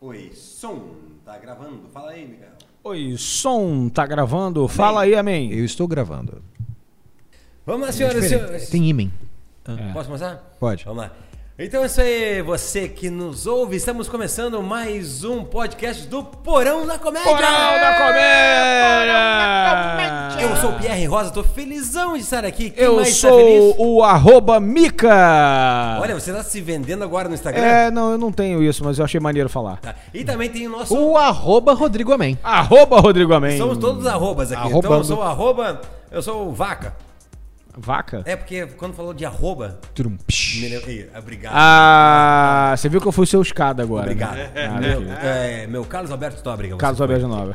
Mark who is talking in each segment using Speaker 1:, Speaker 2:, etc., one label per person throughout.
Speaker 1: Oi, som, tá gravando? Fala aí, Miguel.
Speaker 2: Oi, som, tá gravando? Fala aí, amém.
Speaker 3: Eu estou gravando.
Speaker 1: Vamos lá,
Speaker 3: É
Speaker 1: senhoras e
Speaker 3: diferente.
Speaker 1: senhores. Ah.
Speaker 3: Tem imen.
Speaker 1: Posso começar?
Speaker 3: Pode.
Speaker 1: Vamos lá. Então é isso aí, você que nos ouve, estamos começando mais um podcast do Porão da Comédia. É.
Speaker 2: Coral da comédia!
Speaker 1: Eu sou o Pierre Rosa, tô felizão de estar aqui. Quem
Speaker 2: Eu
Speaker 1: mais tá
Speaker 2: sou
Speaker 1: feliz?
Speaker 2: o arroba Mica.
Speaker 1: Olha, você tá se vendendo agora no Instagram?
Speaker 2: É, não, eu não tenho isso, mas eu achei maneiro falar.
Speaker 1: Tá. E também tem o nosso...
Speaker 3: O arroba Rodrigo Amém.
Speaker 2: Arroba Rodrigo Amém.
Speaker 1: Somos todos arrobas aqui.
Speaker 3: Arroba-
Speaker 1: Então eu sou o arroba, eu sou o vaca.
Speaker 2: Vaca?
Speaker 1: É porque quando falou de arroba...
Speaker 3: Trum, psh.
Speaker 1: me lembra- Ih, Obrigado.
Speaker 2: Ah, você viu que eu fui seu escada agora.
Speaker 1: Obrigado.
Speaker 2: Né?
Speaker 1: meu, é, meu Carlos Alberto Nóbrega. você
Speaker 2: Caso
Speaker 1: foi.
Speaker 2: Abel de Nova.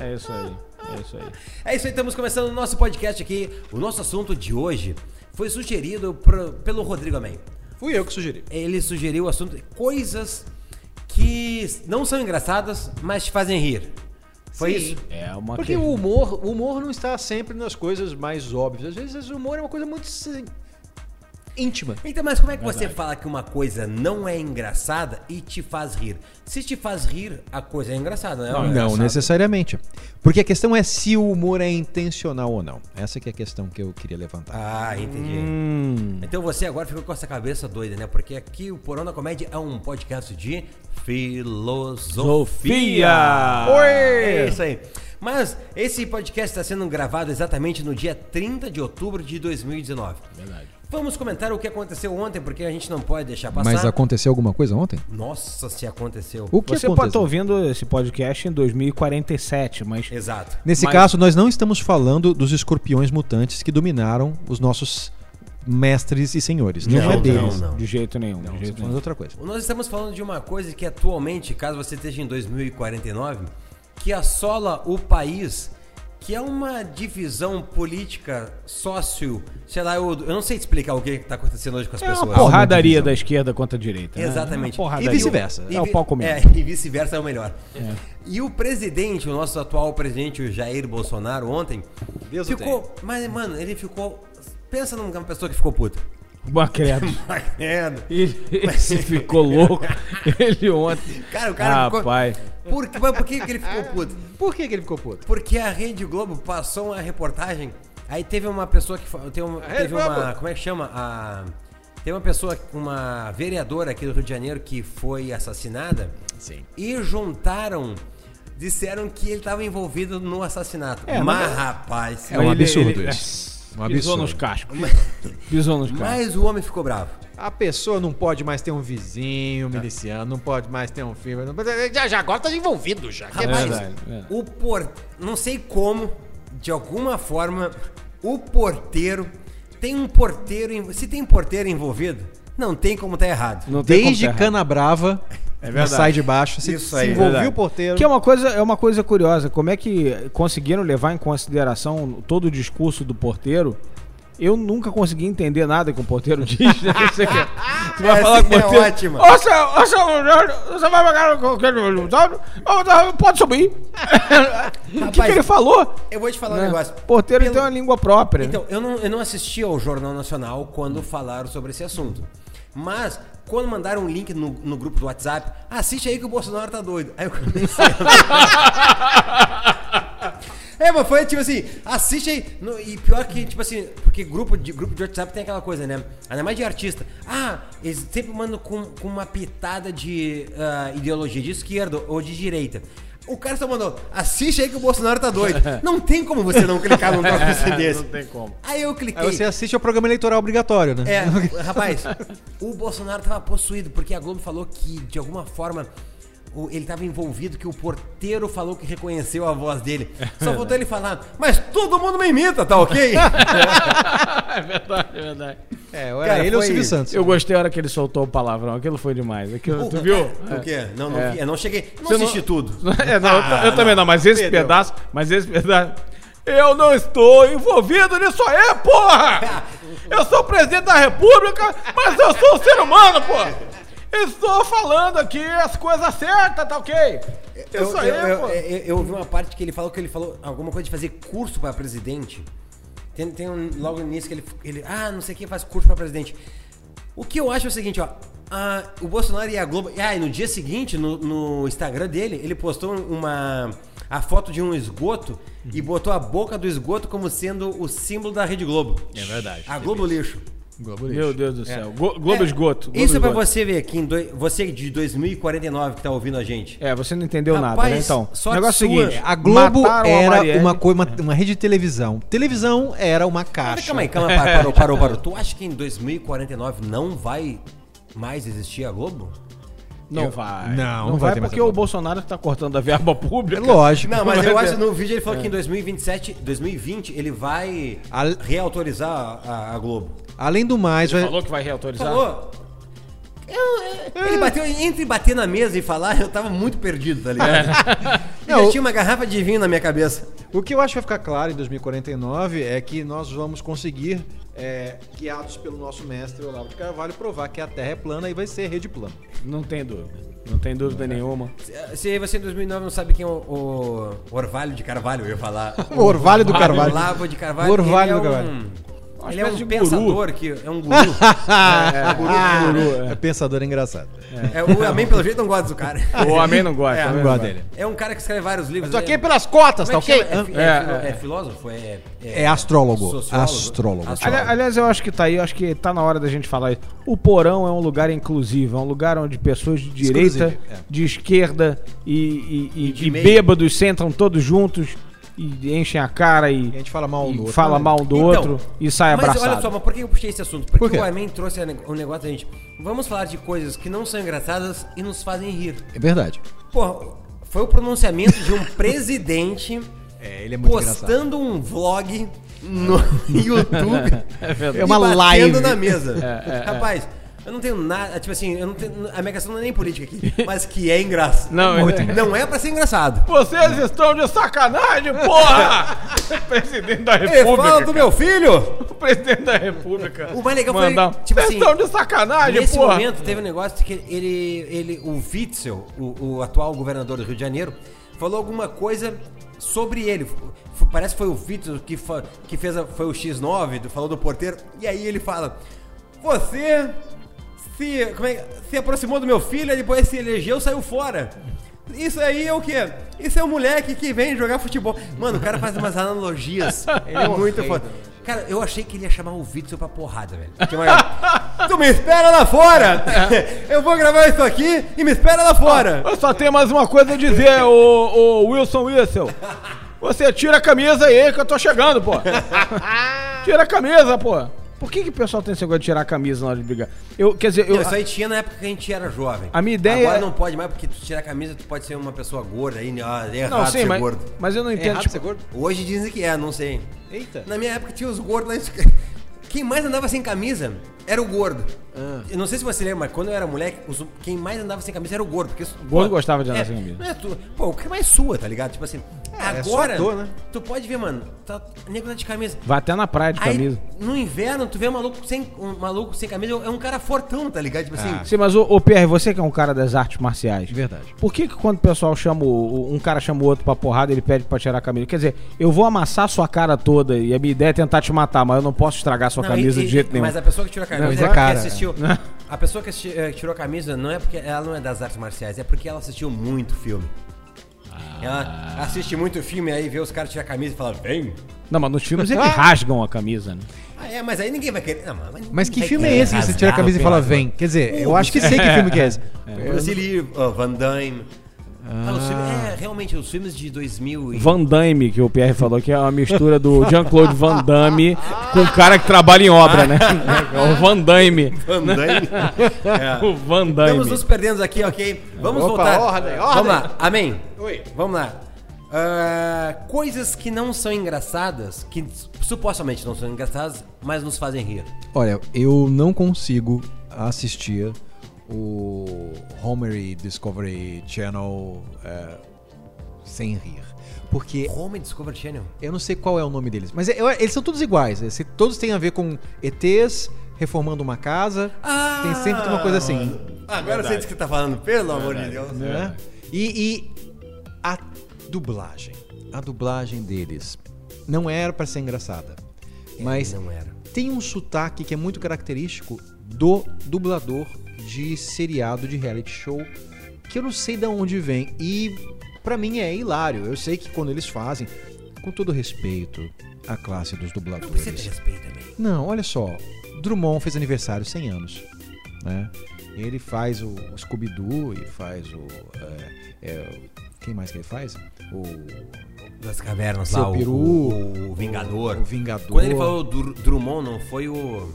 Speaker 2: É isso aí. É isso aí.
Speaker 1: É isso aí, estamos começando o nosso podcast aqui. O nosso assunto de hoje foi sugerido pro- pelo Rodrigo Amém.
Speaker 3: Fui eu que sugeri.
Speaker 1: Ele sugeriu o assunto de coisas que não são engraçadas, mas te fazem rir. Foi
Speaker 3: Sim.
Speaker 1: isso?
Speaker 2: É uma
Speaker 3: Porque
Speaker 2: que-
Speaker 3: o humor, o humor não está sempre nas coisas mais óbvias. Às vezes o humor é uma coisa muito sim, íntima.
Speaker 1: Então, mas como é que você fala que uma coisa não é engraçada e te faz rir? Se te faz rir, a coisa é engraçada, né?
Speaker 2: Não, engraçado.
Speaker 3: necessariamente. Porque a questão é se o humor é intencional ou não. Essa que é a questão que eu queria levantar.
Speaker 1: Ah, entendi. Então você agora ficou com essa cabeça doida, né? Porque aqui o Porão da Comédia é um podcast de filosofia.
Speaker 2: Sofia!
Speaker 1: É isso aí. Mas esse podcast está sendo gravado exatamente no dia 30 de outubro de 2019. Verdade. Vamos comentar o que aconteceu ontem, porque a gente não pode deixar passar.
Speaker 3: Mas aconteceu alguma coisa ontem?
Speaker 1: Nossa, se aconteceu.
Speaker 3: O que
Speaker 2: Você pode estar
Speaker 3: aconteceu?
Speaker 2: ouvindo esse podcast em 2047, mas
Speaker 1: Exato.
Speaker 3: Nesse
Speaker 2: Mas-
Speaker 3: caso, nós não estamos falando dos escorpiões mutantes que dominaram os nossos mestres e senhores. Não,
Speaker 1: Não,
Speaker 3: é
Speaker 1: não,
Speaker 3: deles.
Speaker 1: não.
Speaker 2: de jeito nenhum. de jeito
Speaker 3: Mas
Speaker 2: nenhum.
Speaker 3: outra coisa.
Speaker 1: Nós estamos falando de uma coisa que atualmente, caso você esteja em 2049, que assola o país, que é uma divisão política sócio, sei lá, eu, eu não sei explicar o que está acontecendo hoje com as
Speaker 2: É uma
Speaker 1: pessoas.
Speaker 2: porradaria da esquerda contra a direita. né?
Speaker 1: Exatamente.
Speaker 2: É uma porradaria.
Speaker 3: E vice-versa.
Speaker 2: É o
Speaker 1: vi-
Speaker 2: pau comendo.
Speaker 1: é, e vice-versa é o melhor. E o presidente, o nosso atual presidente, o Jair Bolsonaro, ontem,
Speaker 3: Deus o
Speaker 1: ficou. Mas, mano, ele ficou. Pensa numa pessoa que ficou puta. Tá
Speaker 2: Uma credo.
Speaker 1: Credo.
Speaker 2: Ele, esse ficou louco. Ele ontem.
Speaker 1: Cara, o cara
Speaker 2: Rapaz.
Speaker 3: Um
Speaker 1: ficou. Por, que- mas por que que ele ficou puto?
Speaker 3: Por que, que ele ficou puto?
Speaker 1: Porque a Rede Globo passou uma reportagem. Aí teve uma pessoa que. fa- Tem uma,
Speaker 3: Rede
Speaker 1: teve uma.
Speaker 3: Globo.
Speaker 1: Como é que chama? A, tem uma pessoa, uma vereadora aqui do Rio de Janeiro que foi assassinada.
Speaker 3: Sim.
Speaker 1: E juntaram. Disseram que ele estava envolvido no assassinato.
Speaker 2: É,
Speaker 1: mas,
Speaker 2: mas-
Speaker 1: rapaz.
Speaker 3: É um
Speaker 2: Ele-
Speaker 3: absurdo
Speaker 2: ele-
Speaker 3: isso.
Speaker 2: Pisou
Speaker 3: Um absurdo.
Speaker 2: nos cascos. Pisou nos cascos.
Speaker 1: Mas o homem ficou bravo.
Speaker 3: A pessoa não pode mais ter um vizinho miliciano, não pode mais ter um filho. não pode- Já, já agora tá envolvido já. Que
Speaker 1: Rapaz,
Speaker 2: verdade, é.
Speaker 1: o por... não sei como, de alguma forma, o porteiro tem um porteiro, em- se tem porteiro envolvido, não tem como tá errado.
Speaker 2: Não tem como
Speaker 3: Desde
Speaker 2: tá errado.
Speaker 3: Cana Brava, né,
Speaker 2: verdade.
Speaker 3: sai de baixo, se,
Speaker 1: Isso
Speaker 3: se
Speaker 1: aí,
Speaker 2: É
Speaker 3: envolveu
Speaker 2: verdade.
Speaker 3: o porteiro.
Speaker 2: Que é uma coisa, é uma coisa curiosa. Como é que conseguiram levar em consideração todo o discurso do porteiro? Eu nunca consegui entender nada que o porteiro diz. né? Você quer- você vai
Speaker 1: Essa
Speaker 2: falar com o
Speaker 1: é
Speaker 2: porteiro.
Speaker 1: ótima.
Speaker 2: Ouça, ouça, você vai pagar qualquer tá, Pode subir. o que, que
Speaker 1: Rapaz,
Speaker 2: ele falou?
Speaker 1: Eu vou te falar um
Speaker 2: Né?
Speaker 1: negócio.
Speaker 2: Porteiro
Speaker 1: Pelo-
Speaker 2: tem uma língua própria.
Speaker 1: Então, eu não, eu não assisti ao Jornal Nacional quando falaram sobre esse assunto. Mas, quando mandaram um link no, no grupo do WhatsApp, assiste aí que o Bolsonaro tá doido. Aí eu comecei. a- É, mas foi tipo assim, assiste aí. No- e pior que, tipo assim, porque grupo de, grupo de WhatsApp tem aquela coisa, né? Ainda mais de artista. Ah, eles sempre mandam com, com uma pitada de ah, ideologia de esquerda ou de direita. O cara só mandou, assiste aí que o Bolsonaro tá doido. Não tem como você não clicar num troço desse.
Speaker 2: É, tem como.
Speaker 1: Aí eu cliquei.
Speaker 3: Aí você assiste ao programa eleitoral obrigatório, né?
Speaker 1: É, rapaz, o Bolsonaro tava possuído, porque a Globo falou que, de alguma forma, o- ele tava envolvido, que o porteiro falou que reconheceu a voz dele. Só faltou ele falar, mas todo mundo me imita, tá ok?
Speaker 2: é verdade, é verdade.
Speaker 3: É, ou era
Speaker 1: Cara,
Speaker 3: ele ou o
Speaker 1: foi-
Speaker 3: Silvio Santos.
Speaker 2: Eu gostei a hora que ele soltou o palavrão. Aquilo foi demais. Aquilo, tu viu?
Speaker 1: O quê? Não, não,
Speaker 2: É.
Speaker 1: vi, eu não cheguei. Não
Speaker 2: Você não-
Speaker 1: assisti tudo.
Speaker 2: É, não, eu,
Speaker 1: Ah,
Speaker 2: eu também não, mas esse
Speaker 3: Perdeu.
Speaker 2: pedaço, mas esse pedaço. Eu não estou envolvido nisso aí, porra! Eu sou presidente da república, mas eu sou um ser humano, porra! Estou falando aqui as coisas certas, tá ok?
Speaker 1: Eu,
Speaker 2: Isso
Speaker 1: eu,
Speaker 2: aí,
Speaker 1: eu, é.
Speaker 2: pô.
Speaker 1: eu- eu ouvi uma parte que ele falou que ele falou alguma coisa de fazer curso pra presidente. Tem, tem um, logo no início que ele, ele. Ah, não sei quem faz curso pra presidente. O que eu acho é o seguinte, ó. ah, o Bolsonaro e a Globo. Ah, e no dia seguinte, no, no Instagram dele, ele postou uma. a foto de um esgoto e botou a boca do esgoto como sendo o símbolo da Rede Globo.
Speaker 3: É verdade.
Speaker 1: A Globo Lixo.
Speaker 3: Globo
Speaker 2: Meu
Speaker 3: lixo.
Speaker 2: Deus do céu. Glo- Globo
Speaker 1: É,
Speaker 2: esgoto. Globo
Speaker 1: Isso é pra
Speaker 2: esgoto.
Speaker 1: você ver que em doi- você de 2049 que tá ouvindo a gente.
Speaker 2: É, você não entendeu nada,
Speaker 1: Rapaz,
Speaker 2: né? Então,
Speaker 1: sorte
Speaker 2: o negócio é o
Speaker 1: sua.
Speaker 2: seguinte.
Speaker 3: A Globo
Speaker 2: mataram a
Speaker 3: era
Speaker 2: Marielle.
Speaker 3: uma, coi- uma, uma rede de televisão. Televisão era uma caixa.
Speaker 1: Calma aí, calma aí, parou, parou, parou, parou. Tu acha que em 2049 não vai mais existir a Globo?
Speaker 2: Não
Speaker 3: Eu-
Speaker 2: vai.
Speaker 3: Não,
Speaker 2: não
Speaker 3: não vai
Speaker 2: vai,
Speaker 3: ter mais
Speaker 2: porque
Speaker 3: a
Speaker 2: o
Speaker 3: Globo.
Speaker 2: Bolsonaro tá cortando a verba pública.
Speaker 3: É lógico.
Speaker 1: Não, mas eu
Speaker 2: Mas é-
Speaker 1: acho no vídeo ele falou que em 2027, 2020 ele vai
Speaker 3: A-
Speaker 1: reautorizar a, a Globo.
Speaker 3: Além do mais, vai-
Speaker 2: Falou que vai
Speaker 3: Tá.
Speaker 2: reautorizar.
Speaker 1: Falou? Eu- eu-
Speaker 3: É.
Speaker 1: ele bateu entre bater na mesa e falar, eu tava muito perdido, tá ligado? Eu
Speaker 3: É. Não,
Speaker 1: já
Speaker 3: o-
Speaker 1: tinha uma garrafa de vinho na minha cabeça.
Speaker 3: o que eu acho que vai ficar claro em 2049 é que nós vamos conseguir, é, guiados pelo nosso mestre Olavo de Carvalho, provar que a Terra é plana e vai ser rede plana.
Speaker 2: Não tem dúvida. Não tem dúvida nenhuma.
Speaker 1: Se- Se você em 2009 não sabe quem é o, o Orvalho de Carvalho, eu ia falar.
Speaker 3: O Orvalho do Carvalho.
Speaker 1: Olavo de Carvalho.
Speaker 3: O Orvalho
Speaker 1: ele
Speaker 3: do
Speaker 1: é
Speaker 3: Carvalho.
Speaker 1: Um,
Speaker 2: Uma
Speaker 1: ele é
Speaker 2: espécie de
Speaker 1: um
Speaker 2: guru.
Speaker 1: pensador que é um guru.
Speaker 2: é, guru, é.
Speaker 3: é pensador engraçado.
Speaker 1: é, o Amém, pelo jeito, não gosta do cara.
Speaker 2: O Amém não gosta. né?
Speaker 1: É,
Speaker 2: o
Speaker 3: Eu
Speaker 2: Amém
Speaker 3: gosto
Speaker 2: gosta.
Speaker 3: dele.
Speaker 1: É um cara que escreve vários livros.
Speaker 3: Isso aqui
Speaker 1: é-
Speaker 3: é pelas cotas,
Speaker 1: Como
Speaker 3: tá
Speaker 1: é que
Speaker 3: ok?
Speaker 1: chama? É, fi-
Speaker 2: É,
Speaker 1: é filo-
Speaker 2: é.
Speaker 1: é filósofo? É,
Speaker 3: É astrólogo.
Speaker 1: sociólogo?
Speaker 3: Astrólogo.
Speaker 2: Ali- aliás, eu acho que tá aí, eu acho que tá na hora da gente falar isso. O porão é um lugar inclusivo, é um lugar onde pessoas de direita,
Speaker 3: Exclusivo, é.
Speaker 2: de esquerda e, e, e,
Speaker 1: de
Speaker 2: e
Speaker 1: meio.
Speaker 2: bêbados sentam todos juntos e enchem a cara e,
Speaker 3: A gente fala mal um
Speaker 2: e
Speaker 3: do outro,
Speaker 2: fala
Speaker 3: né?
Speaker 2: mal um do outro e sai
Speaker 1: Então, mas
Speaker 2: abraçado.
Speaker 1: olha só, mas por que eu puxei esse assunto? Porque
Speaker 3: Por quê?
Speaker 1: o Amém trouxe a ne- o negócio da gente. Vamos falar de coisas que não são engraçadas e nos fazem rir.
Speaker 3: É verdade.
Speaker 1: Porra, foi o pronunciamento de um presidente
Speaker 3: É, ele é muito engraçado.
Speaker 1: postando um vlog no YouTube. É
Speaker 2: verdade.
Speaker 3: É uma live. É,
Speaker 1: na mesa. Rapaz, eu não tenho nada. Tipo assim, eu não tenho, a minha questão não é nem política aqui, mas que é engraçado.
Speaker 2: Não, é-
Speaker 1: Muito engraçado. não é pra ser engraçado.
Speaker 2: Vocês estão de sacanagem, porra! Presidente da
Speaker 1: Ele fala
Speaker 2: República.
Speaker 1: do meu filho!
Speaker 2: O Presidente da República.
Speaker 1: O mais legal foi,
Speaker 2: Mandar...
Speaker 1: tipo
Speaker 2: Vocês
Speaker 1: assim,
Speaker 2: estão de sacanagem,
Speaker 1: Nesse
Speaker 2: porra!
Speaker 1: momento teve um negócio que ele, ele o Witzel, o, o atual governador do Rio de Janeiro, falou alguma coisa sobre ele. F- Parece que foi o Witzel que, fa- que fez a- foi o X9, do- falou do porteiro. E aí ele fala: Você se, como é que- se aproximou do meu filho, aí depois se elegeu, saiu fora. Isso aí é o quê? Isso é um moleque que vem jogar futebol. Mano, o cara faz umas analogias. Ele é muito foda. Cara, eu achei que ele ia chamar o Witzel pra porrada, velho. Porque, mano, tu me espera lá fora!
Speaker 2: É.
Speaker 1: Eu vou gravar isso aqui e me espera lá fora!
Speaker 2: Eu só tenho mais uma coisa a dizer, ô, ô Wilson Wilson. Você tira a camisa aí que eu tô chegando, pô. Tira a camisa, pô. Por que, que o pessoal tem esse negócio de tirar a camisa na hora de brigar? Eu, quer dizer, eu.
Speaker 1: Não, isso é aí tinha na época que a gente era jovem.
Speaker 2: A minha ideia
Speaker 1: Agora
Speaker 2: é-
Speaker 1: não pode mais, porque tu tira a camisa, tu pode ser uma pessoa gorda aí, ah, é errado
Speaker 2: não, sim,
Speaker 1: ser
Speaker 2: mas,
Speaker 1: gordo. É
Speaker 2: mas eu não entendo. tipo,
Speaker 3: gordo?
Speaker 1: Hoje dizem que é, não sei.
Speaker 3: Eita.
Speaker 1: Na minha época tinha os gordos lá. em- Quem mais andava sem camisa era o gordo.
Speaker 2: Ah.
Speaker 1: Eu não sei se você lembra, mas quando eu era moleque, os- quem mais andava sem camisa era o gordo. Porque, o
Speaker 2: gordo gostava de andar sem camisa.
Speaker 1: Não é tu, pô, o que é mais sua, tá ligado? Tipo assim, agora,
Speaker 3: é sua dor, né?
Speaker 1: tu pode ver, mano, tá, o nego tá de camisa.
Speaker 2: Vai até na praia de
Speaker 1: Aí,
Speaker 2: camisa.
Speaker 1: no inverno, tu vê um maluco sem, um maluco sem camisa, é um cara fortão, tá ligado? Tipo assim,
Speaker 2: Sim, mas ô, ô Pierre, você que é um cara das artes marciais.
Speaker 3: Verdade.
Speaker 2: Por que, que quando o pessoal chama o- o- um cara chama o outro pra porrada, ele pede pra tirar a camisa? Quer dizer, eu vou amassar sua cara toda e a minha ideia é tentar te matar, mas eu não posso estragar sua
Speaker 1: Não,
Speaker 2: camisa
Speaker 1: e-
Speaker 2: de
Speaker 1: e-
Speaker 2: jeito nenhum.
Speaker 1: Mas a pessoa que tirou a
Speaker 3: Não, mas
Speaker 1: camisa
Speaker 3: é
Speaker 1: ela que
Speaker 3: cara,
Speaker 1: assistiu. A pessoa que assisti- eh, tirou a camisa não é porque ela não é das artes marciais, é porque ela assistiu muito filme.
Speaker 3: Ah.
Speaker 1: Ela assiste muito filme aí, vê os caras tirar a camisa e fala, vem.
Speaker 2: Não, mas nos filmes eles rasgam a camisa, né?
Speaker 1: Ah, é, mas aí ninguém vai querer. Não, mas,
Speaker 3: Mas que
Speaker 1: vai
Speaker 3: filme é
Speaker 1: querer
Speaker 3: esse que você
Speaker 1: rasgar
Speaker 3: tira a camisa e
Speaker 1: o
Speaker 3: fala
Speaker 1: pedaço.
Speaker 3: vem? Quer dizer, eu acho que sei que filme que é esse.
Speaker 1: Bruce Lee, ó, Van Damme. Ah, os filmes- é, realmente, os filmes de 2000 e...
Speaker 2: Van Damme, que o Pierre falou, que é uma mistura do Jean-Claude Van Damme com o cara que trabalha em obra, né? É o Van Damme.
Speaker 1: Van Damme. É.
Speaker 2: O Van
Speaker 1: Estamos
Speaker 2: Damme.
Speaker 1: nos perdendo aqui, ok? Vamos
Speaker 3: Opa,
Speaker 1: voltar.
Speaker 3: ordem, ordem.
Speaker 1: Vamos lá, amém.
Speaker 3: Oi.
Speaker 1: Vamos lá. Ah, coisas que não são engraçadas, que supostamente não são engraçadas, mas nos fazem rir.
Speaker 3: Olha, eu não consigo assistir o Homery Discovery Channel é, sem rir. Porque
Speaker 1: Home Discovery Channel.
Speaker 3: eu não sei qual é o nome deles, mas eu- eles são todos iguais. esse- Todos têm a ver com ETs reformando uma casa.
Speaker 1: Ah,
Speaker 3: tem sempre uma coisa assim.
Speaker 1: Agora eu sei do que tá falando, pelo amor de Deus.
Speaker 3: né? E, e a dublagem. A dublagem deles não era pra ser engraçada. Mas
Speaker 1: Não era.
Speaker 3: tem um sotaque que é muito característico do dublador de seriado de reality show que eu não sei de onde vem. E pra mim é hilário. Eu sei que quando eles fazem, com todo respeito à classe dos
Speaker 1: Não precisa ter
Speaker 3: dubladores.
Speaker 1: respeito também.
Speaker 3: Não, olha só. Drummond fez aniversário 100 anos, né? Ele faz o Scooby-Doo e faz o... é, é, quem mais que ele faz? O...
Speaker 1: Das cavernas
Speaker 3: Seu
Speaker 1: lá, o-
Speaker 3: Peru,
Speaker 1: o, o Vingador.
Speaker 3: O Vingador.
Speaker 1: Quando ele falou Dur- Drummond, não foi o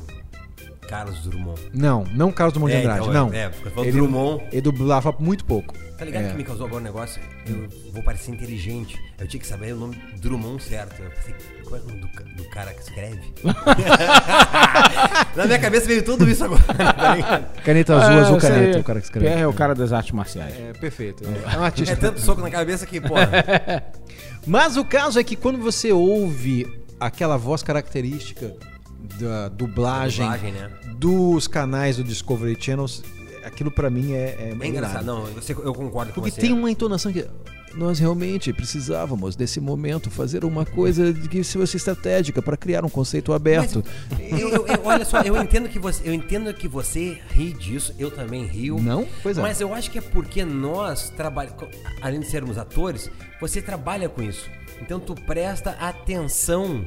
Speaker 1: Carlos Drummond.
Speaker 3: Não, não Carlos Drummond de
Speaker 1: É,
Speaker 3: Andrade,
Speaker 1: então,
Speaker 3: não.
Speaker 1: é, porque falou
Speaker 3: ele,
Speaker 1: Drummond.
Speaker 3: Ele dublava muito pouco.
Speaker 1: Tá ligado
Speaker 3: É.
Speaker 1: que me causou agora um negócio? Eu vou parecer inteligente. Eu tinha que saber o nome Drummond certo. Eu pensei, qual é o nome do, ca- do cara que escreve? Na minha cabeça veio tudo isso agora. tá ligado?
Speaker 2: Caneta
Speaker 4: Ah,
Speaker 2: azul, azul
Speaker 4: eu sei.
Speaker 2: caneta, Então, o cara que escreve.
Speaker 4: Pierre é o cara das artes marciais.
Speaker 3: É, perfeito. É, um artista.
Speaker 1: É tanto soco na cabeça que, é porra.
Speaker 3: Mas o caso é que quando você ouve aquela voz característica da dublagem,
Speaker 1: dublagem, né?
Speaker 3: dos canais do Discovery Channel, aquilo pra mim é...
Speaker 1: É engraçado. Não, eu, sei- eu concordo com
Speaker 3: Porque
Speaker 1: você. né?
Speaker 3: tem uma entonação que... Nós realmente precisávamos, nesse momento, fazer uma coisa que fosse estratégica para criar um conceito aberto.
Speaker 1: Eu, eu- eu- olha só, eu entendo que você, eu entendo que você ri disso, eu também rio.
Speaker 3: Não? Pois é.
Speaker 1: Mas eu acho que é porque nós trabalhamos, além de sermos atores, você trabalha com isso. Então tu presta atenção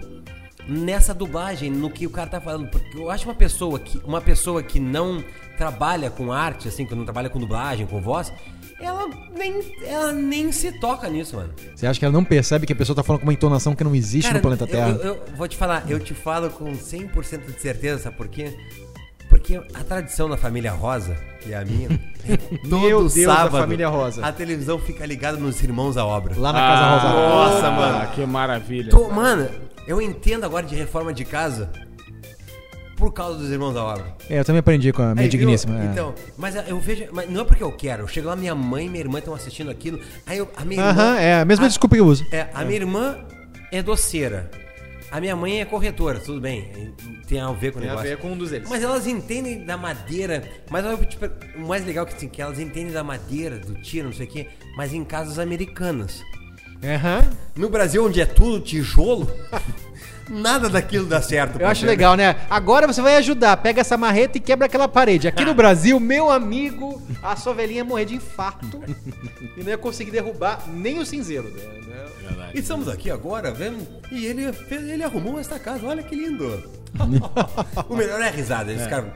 Speaker 1: nessa dublagem, no que o cara tá falando, porque eu acho uma pessoa que uma pessoa que não trabalha com arte assim, que não trabalha com dublagem, com voz, ela nem ela nem se toca nisso, mano.
Speaker 3: Você acha que ela não percebe que a pessoa tá falando com uma entonação que não existe
Speaker 1: Cara,
Speaker 3: no planeta
Speaker 1: eu-
Speaker 3: Terra?
Speaker 1: Eu, eu vou te falar, eu te falo com 100% de certeza, sabe por quê? Porque a tradição da família Rosa, que é a minha, todo
Speaker 3: Meu Deus, a
Speaker 1: sábado,
Speaker 3: família Rosa.
Speaker 1: a televisão fica ligada nos irmãos à obra.
Speaker 3: Lá na
Speaker 2: Ah,
Speaker 3: Casa Rosada.
Speaker 4: Nossa, mano. Que maravilha.
Speaker 1: Tô- mano, eu entendo agora de reforma de casa por causa dos irmãos à obra.
Speaker 3: É, eu também aprendi com a minha
Speaker 1: Aí, viu?
Speaker 3: digníssima. é.
Speaker 1: Então, mas eu vejo. Mas não é porque eu quero. Eu chego lá, minha mãe e minha irmã estão assistindo aquilo. Aí eu, a minha irmã.
Speaker 3: Aham, é a mesma
Speaker 1: a-
Speaker 3: desculpa que eu uso.
Speaker 1: É, a minha irmã é doceira. A minha mãe é corretora, tudo bem. Tem a ver com o
Speaker 3: Tem a
Speaker 1: negócio.
Speaker 3: ver com um dos eles.
Speaker 1: Mas elas entendem da madeira. Mas eu, vou te per- o mais legal que assim, que elas entendem da madeira, do tiro, não sei o quê, mas em casas americanas.
Speaker 3: Aham.
Speaker 1: No Brasil, onde é tudo tijolo, nada daquilo dá certo.
Speaker 3: Eu acho
Speaker 1: parceiro.
Speaker 3: legal, né? Agora você vai ajudar. Pega essa marreta e quebra aquela parede. Aqui no Brasil, meu amigo, a sua velhinha ia morrer de infarto e não ia conseguir derrubar nem o cinzeiro. né?
Speaker 1: E estamos aqui agora vendo. E ele, fez- ele arrumou esta casa, olha que lindo. o melhor é a risada, eles ficaram.